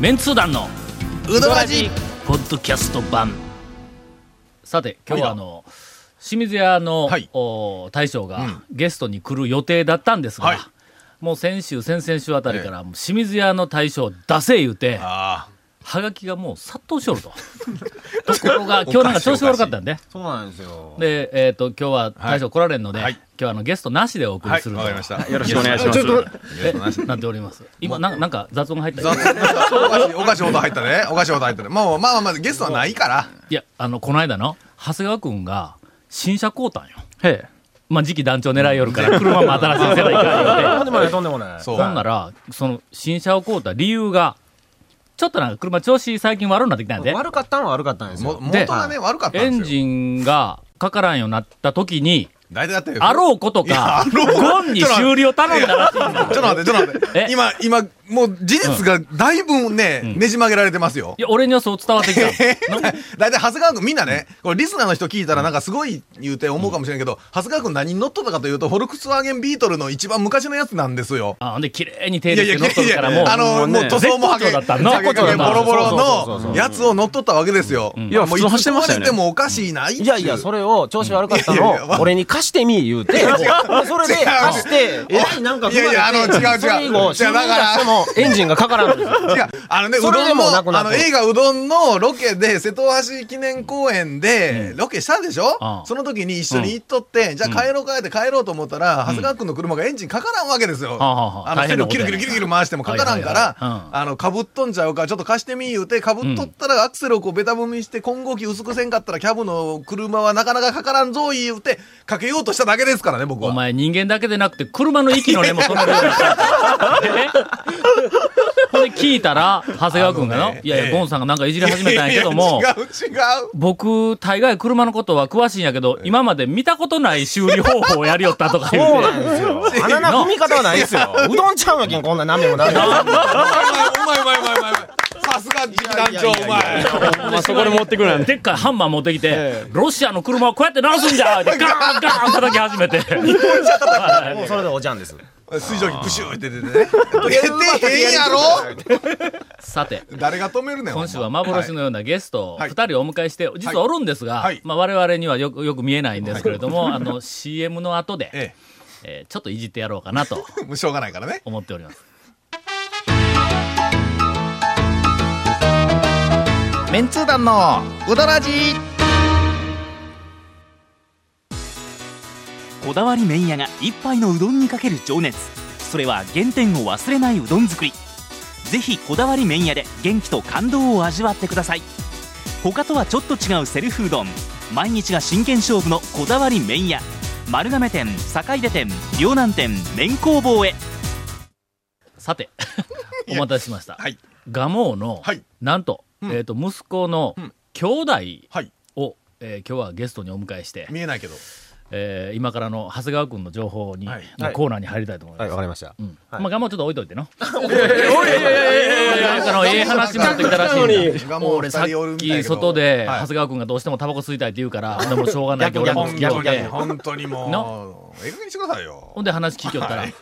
メンツー団のうどらじポッドキャスト版さて今日はあの清水屋の、はいお大将が、うんゲストに来る予定だったんですが、はいもう先週先々週あたりから、もう清水屋の大将出せ言うてあはがきがもう殺到しおる とところが今日なんか調子悪かったんでそうなんですよ。で、えー、と今日は大将来られんので、はい今日はあのゲストなしでお送あはりいするわと、かりましたよろしくお願いします。えなっております今ななんか雑音が入った雑おかしいおかしい音入ったねおかしい音入ったねまあまあまあまあゲストはないからいや、あの、この間の、長谷川くんが、新車交換よ。へまあ、次期団長狙いよるから、車も新しい世代から言うとて。んでもない、とんでもな い。そうほんなら、その、新車を買うた理由が、ちょっとなんか車調子最近悪くなってきたんやで。悪かったのは悪かったんですもよ。元がね悪かったエんンですよジンがかからんようになった時に、大体だってあろううこといやかあ、ろうゴンに修理を頼んだらしいんちょだっと待ってちょっと待っえて今今もう事実がだいぶねねじ曲げられてますよいや、俺にはそう伝わってきた。の 大体長谷川君みんなねこれリスナーの人聞いたらなんかすごい言うて思うかもしれんけど長谷川君何に乗っとったかというとフォルクスワーゲンビートルの一番昔のやつなんですよあ、ほんで、綺麗に手いや入いれやして乗っとるから、もう。あのもう塗装もはげ絶好調だったなはげ加減ボロボロのやつを乗っとったわけですよ。いや普通に走ってましたよねもういつ壊れてもおかしいないってういやいや、それを調子悪かったいやいやいのやを、俺に貸してみ、言うて、それで貸して、えらいなんかいやいやあの違う違うそれ以後、じゃあ新だか聞出らしてもエンジンがかからんの ですよ。 違う、あのね、うそれどでんもなくの、なあったの、映画うどんのロケで、瀬戸橋記念公園で、ロケしたでしょ、うんその時に一緒に行っとって、じゃあ帰ろう帰って帰ろうと思ったら、長谷川君の車がエンジンかからんわけですよ。はあはあはああの、大キ変なルこキとやルねキルキルキル回してもかからんから、はいはいはいうんあの、かぶっとんちゃうから、ちょっと貸してみ言うて、かぶっとったらアクセルをこうベタ踏みして、混合機薄くせんかったら、キャブの車はなかなかかからんぞ言うて、かけようとしただけですからね、僕は。お前人間だけでなくて車の息の根もその量だった。えほん で聞いたら、長谷川君があのの、ねいやいえや、えゴンさんがなんかいじり始めたんやけども い、やいや違 う違う。僕、大概車のことは詳しいんやけど、今まで見たことない修理方法をやりよったとか言そううなんて。ですよ。穴の踏み方はないですよ。うどんちゃうやけん、こんな舐めも舐めも。うまいうまいうまいうまいうまいさすが次期団長うまいまあそこで持ってくるなんて。でっかいハンマー持ってきて、ロシアの車をこうやって直すんじゃってガーンガーン叩き始 めて。もうそれでおじゃんです。水蒸気プシューって出てね出てへんやろさて、誰が止めるねん今週は幻のようなゲストをはい2人お迎えして、実はおるんですが、はいまあ、我々にはよくよく見えないんですけれども、あの CM の後で、ええーちょっといじってやろうかなとえもうしょうがないからね思っております。メンツー団のうどらじこだわり麺屋が一杯のうどんにかける情熱それは原点を忘れないうどん作りぜひこだわり麺屋で元気と感動を味わってください他とはちょっと違うセルフうどん毎日が真剣勝負のこだわり麺屋丸亀店坂出店両南店麺工房へさて、お待たせしました。はいガモーの、はいなんと、うんえっ、と、息子のん兄はい弟を、えー今日はゲストにお迎えして、見えないけどえー今からの長谷川君の情報に、はいのコーナーに入りたいと思います。かりました。うんはいまあ、ガモーちょっと置いといての。ななんかのええ話になってきたらしいんだ。俺さっき外で、長谷川君がどうしてもタバコ吸いたいって言うから、でもしょうがないけど俺も本付き合っ当にて。本当にもうええ加減にしてくださいよほんで話聞きよったら、え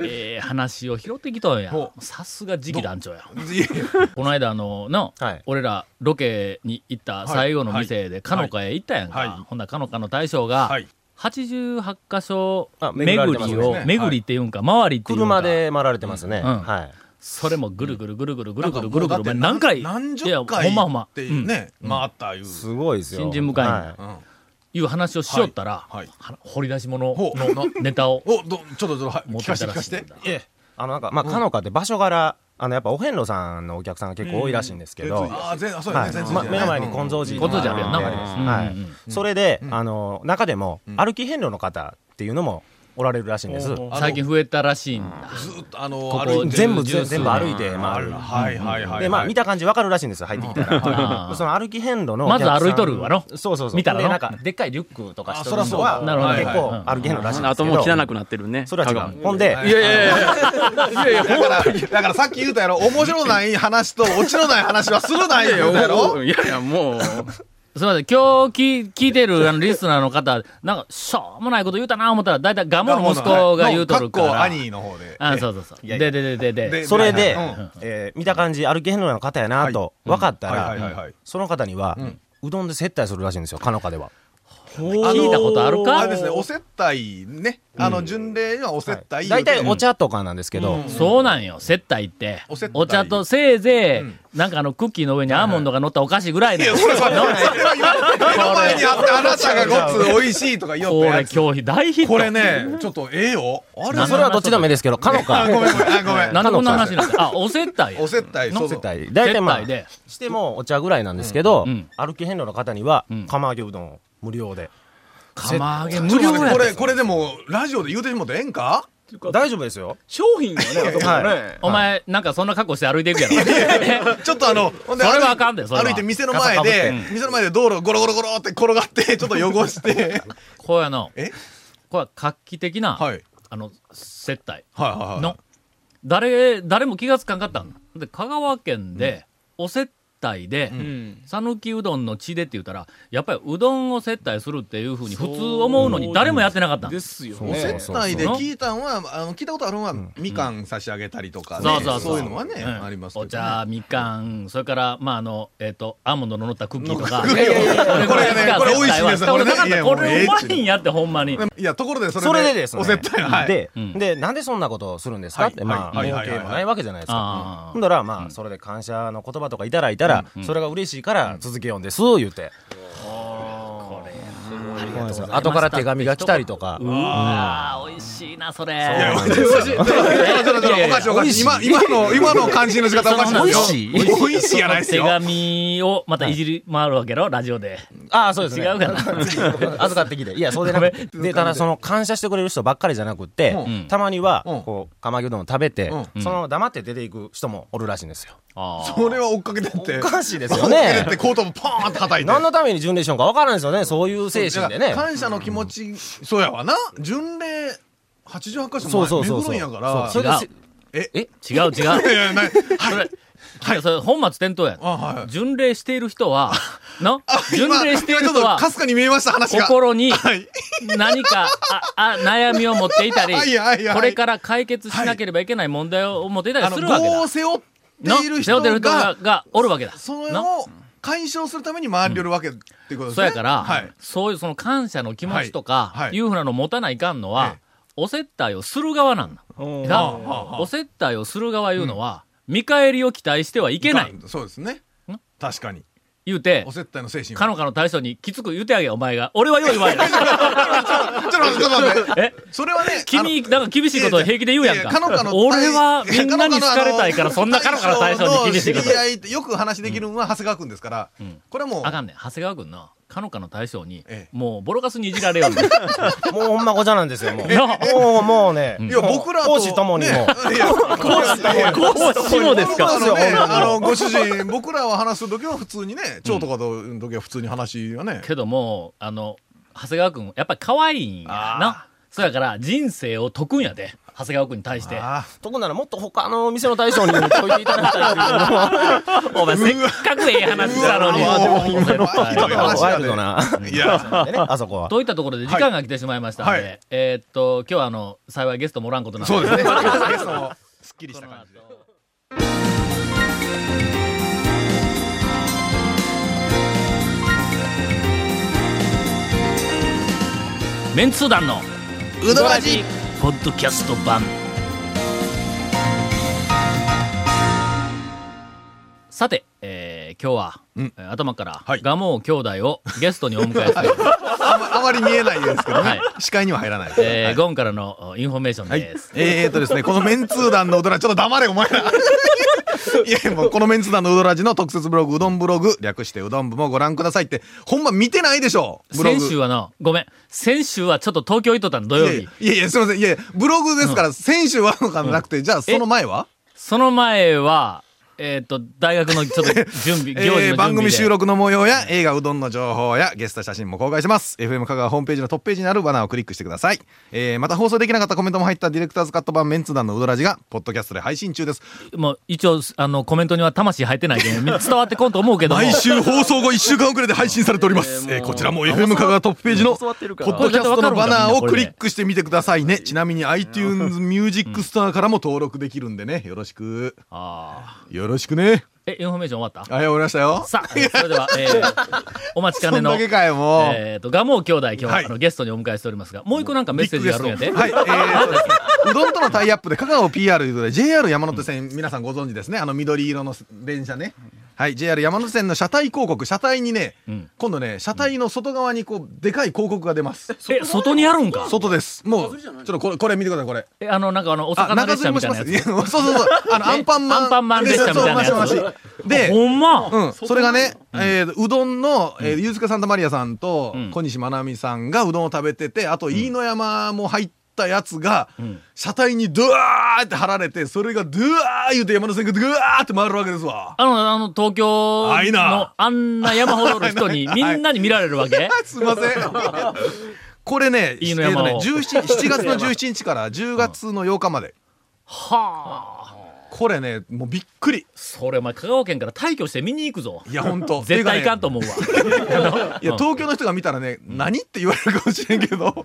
え話を拾ってきとんやほ。さすが次期団長や。いやこの間あの、な、はい俺らロケに行った最後の店で、かのかへ行ったやんか。はいほんならかのかの大将が、はい88箇所あ巡巡られてまりすねを、はい巡りっていうんか、回りっていうんか、車で回られてますね。うんはい。それもぐるぐるぐるぐるぐなるんぐかもるぐるうぐだるってお前何回、何いや、十ほ回んまほんまっ、てね回ったいうすごいですよ。新人迎えにはいうんいう話をしよったら、はいはいは掘り出し物ほうのネタをおどちょっとちょっとはい持っ聞てきたかせて聞らかしせいんてだ。あの、なんか、まあ、かのかって場所柄、あの、やっぱお遍路さんのお客さんが結構多いらしいんですけど、ああ全あそうやはね全い然ま、目の前に金蔵寺金蔵寺あるやんなありますはうんうんいそれで、あの、中でも、歩き遍路の方っていうのもおられるらしいんです。あの最近増えたらしいんだ。ずーっとあのここ歩いてる全部、十数全部歩いてあ回るる。はいはいはいはいで、まあ、見た感じわかるらしいんですよ、入ってきたあーら。その歩き遍路のおま客ずさん。歩いとるわのそうそうそう。見たらのでなんか、でっかいリュックとかしてあるそ人らは、そうなるほど結構歩き遍路らしいんですけど。あともう汚くなってるね。それは違顔がう。ほんで、いやいやいやいやだから、だからさっき言うたやろ、面白ない話と、オチのない話はするないよ、やろいやいや、もう、すみません、今日き聞いてるあのリスナーの方、なんか、しょうもないこと言うたな思ったら、だいたいガモの息子が言うとるから。のかっこ兄の方で。あそうそうそう。いやでいやでででで。それで、はいはいうんえー見た感じ歩き遍路の方やなと分かったはいはいはいはらいその方には、うどんで接待するらしいんですよかのかでは聞いたことあるかあれですね、お接待ね。あの、巡礼にはお接待。大体、お茶とかなんですけど、そうなんよ、接待ってお接。待お茶とせいぜい、なんかあの、クッキーの上にアーモンドが乗ったお菓子ぐらいいだや、よ。 それそれ。目の前にあって、あなたがごっつ美味しいとか言おこうれ、今日大ヒット。これね、ちょっとええよ。あれなそれはどっちでもいいですけどかのあ、かごめんごめんあ、ごめん。なんでこんな話になったあ、お接待。お接待、そうそ接う。待大接体まあ待で。してもお茶ぐらいなんですけど、うんうん歩き遍路の方には、ん釜揚げうどんを無料で釜揚げ無無料料やこれ、で。これでも、ラジオで言うてしもてええんか大丈夫ですよ商品よね、男もね。お前、なんかそんな格好して歩いていくやろ。ちょっとあの、ほん でそれは歩いあかんでそれは歩いて店の前で、店の前で道路ゴロゴロゴロって転がって、ち ょっと汚して。こうやの、えこれは画期的な、はい。あの、接待。はいはいはい。の、誰、誰も気がつかんかったんで、香川県で、お接待で、讃岐うどんの地でって言ったら、やっぱりうどんを接待するっていうふうに普通思うのに誰もやってなかったんでですよおね。接待で聞いたんは、あの、聞いたことあるのは、みかん差し上げたりとかね、そうそうそういうのはね、うんありますけど、おね。茶、みかん、それから、まあ、あの、えっ、と、アーモンドの乗ったクッキーとか。クッキー俺これねこれ美味しいですねここれれねなかった。いやこれうまもうえいんやって、ほんまに。いや、ところでそれそれでですねお接待、はい。で,、うんでなんでそんなことをするんですかって、はいまあはい儲けもないわけじゃないであすかーほんだらまあ、それで感謝の言葉とかいただいたら、それが嬉しいから続けようんです言うて、これ、後から手紙が来たりとかうわー、美味しいな、それ。ちょっとちょっとおかしいおかしい。今、今の、今の感じの仕方おかしいですよ。美味しい美味しいやないで す手よ。紙をまたいじり回るわけろ、ラジオで。ああそうです違ねうかな。 預かってきて。いや、そうでなくて。で、ただその感謝してくれる人ばっかりじゃなくって、んたまには、うんこう、釜揚げうどんを食べて、うそのまま黙って出ていく人もおるらしいんですよ。それは追っかけてって。おかしいですよ追っかけてっね。てコートもポーンって叩いて。何のために準礼しようかわからんですよね。そういう精神でいやね。感謝の気持ち、そうやわな。巡礼88箇所そうそも巡うそうそるう。んやから。そうそれで違う違う。いやいや、ない。それ、それ本末転倒や。あ、はい。巡礼している人 は、なあ 巡今礼している今人ちょっはと、かすかに見えました、話が。心にはい。何か、あ、あ、悩みを持っていたり、はいはいはいこれから解決しなければいけない問題を持っていたりあの、するわけ業だを。背負ってい背る負人ってる人がが、がおるわけだ。それなを解消するために回り寄るわけってことですね。そうやから、はい。そういうその感謝の気持ちとか、はいいはいうふうなの持たないかんのはえ、お接待をする側なんだ。はがあはあはあお接待をする側いうのは、見返りを期待してはいけない。そうですねん。確かに。言うてお、接待の精神はかのかの大将にきつく言うてあげよ、お前が。俺はよう言わんよちょっと待って、ちょっと待って。えそれはね、 君、なんか厳しいことを平気で言うやんいか。いかのかの大俺はみんなに好かれたいから、そんなかのかの大将に厳しいこ知とり。合いってよく話できるのは長谷川君ですから、これはもう、あかんねん、長谷川君の、かのかの大将にええ、もうボロカスにいじられよる。すもうほんまごちゃなんですよ、もう。なもう、もうね。いや、僕らと。講師ともにも。ねいや講師ともにこうしもですか。あのそうね、ですよあの、ご主人、僕らは話すときは普通にね、蝶とかの時は普通に話はね。けども、あの、長谷川君、やっぱり可愛いんやな。そうやから、人生を解くんやで、長谷川君に対して。あとこならもっと他の店の大将にも解いていただきたいっていうのもお前、せっかくええ話したのに。うわ絶対 ひどい話ワイルドな。あ。いや、でね、あそこは。といったところで時間が来てしまいましたので、はいえーっと、今日はあの、幸いゲストもおらんことなんで。そうですね。ゲストもすっきりしこたの感後じで。メンツー団のうどらじポッドキャスト版さて、えー今日は、んえー頭から、はいガモー兄弟をゲストにお迎えし て、あまあ まり見えないですけどはいね。視界には入らない。えーはいゴンからのおインフォメーションです。えーとですね、このメンツー団のうどら、ちょっと黙れ、お前ら。 いや、もうこのメンツー団のうどらじの特設ブログ、うどんブログ、略してうどん部もご覧くださいって、ほんま見てないでしょ、ブログ。先週はな、ごめん、先週はちょっと東京行っとったの土曜日。いやいやいや、すいません。いやいやブログですから、先週はのかなくて、じゃあその前はその前は、えっと、大学のちょっと 準備、行事の準備でえー番組収録の模様や映画うどんの情報やゲスト写真も公開してます FM 香川ホームページのトップページにあるバナーをクリックしてください、えーまた放送できなかったコメントも入ったディレクターズカット版メンツ団のうどらじがポッドキャストで配信中ですもう一応、あの、コメントには魂入ってないけど、伝わってこんと思うけども。毎週放送後1週間遅れで配信されております、えーこちらも FM 香川トップページのポ教わってるからッドキャストのバナーをクリックしてみてくださいねちなみに iTunes ミュージックストアからも登録できるんでねよろしくあーよろしくねえ、インフォメーション終わったはい終わりましたよさあ、それでは、えー、お待ちかそねんのだ、けかよもう、えっと、ガモー兄弟、今日、はいあのゲストにお迎えしておりますが、もう一個なんかメッセージがあるんやで。はい、えー、うどんとのタイアップで香川を PR ということで JR 山手線、皆さんご存知ですねあの緑色の電車ねはい、JR 山手線の車体広告車体にね、ん今度ね車体の外側にこうでかい広告が出ます え、外にあるんか外ですもうちょっとこれこれ見てくださいこれえ、あの、なんかあの、おあ魚列車みもたいなやすつ。いやそうそうそうあのアンパンマンアンパンマン列車みたいなやつそうマシマシでほんま、うん、それがね、えーうどんの、えー、ゆうすけサンタマリアさんと、うん小西まなみさんがうどんを食べてて、あと、飯野山も入ったやつが、ん車体にドゥワーって貼られて、それがドゥワー言うて山の線がドゥワーって回るわけですわ。あの、あの、東京あいいのなあんな山ほどの人 に、みんなに見られるわけすい ません。これね、飯野山をえーとね17 7月の17日から10月の8日まで。はあ。これね、もうびっくり。それ、お前、香川県から退去して見に行くぞ。いや、ほんと。 絶対いかんとと思うわ。 いや、 東京の人が見たらね、何って言われるかもしれんけど。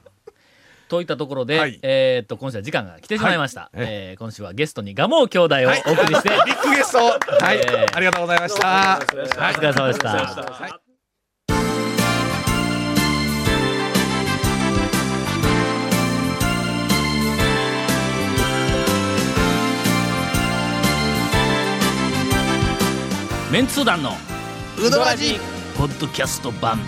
といったところで、はいえーっと、今週は時間が来てしまいました。はいえー今週はゲストにガモー兄弟をお送りして、ビッグゲスト。はいえー。ありがとうございました。お疲れ様でした。メンツー団のうどらじポッドキャスト版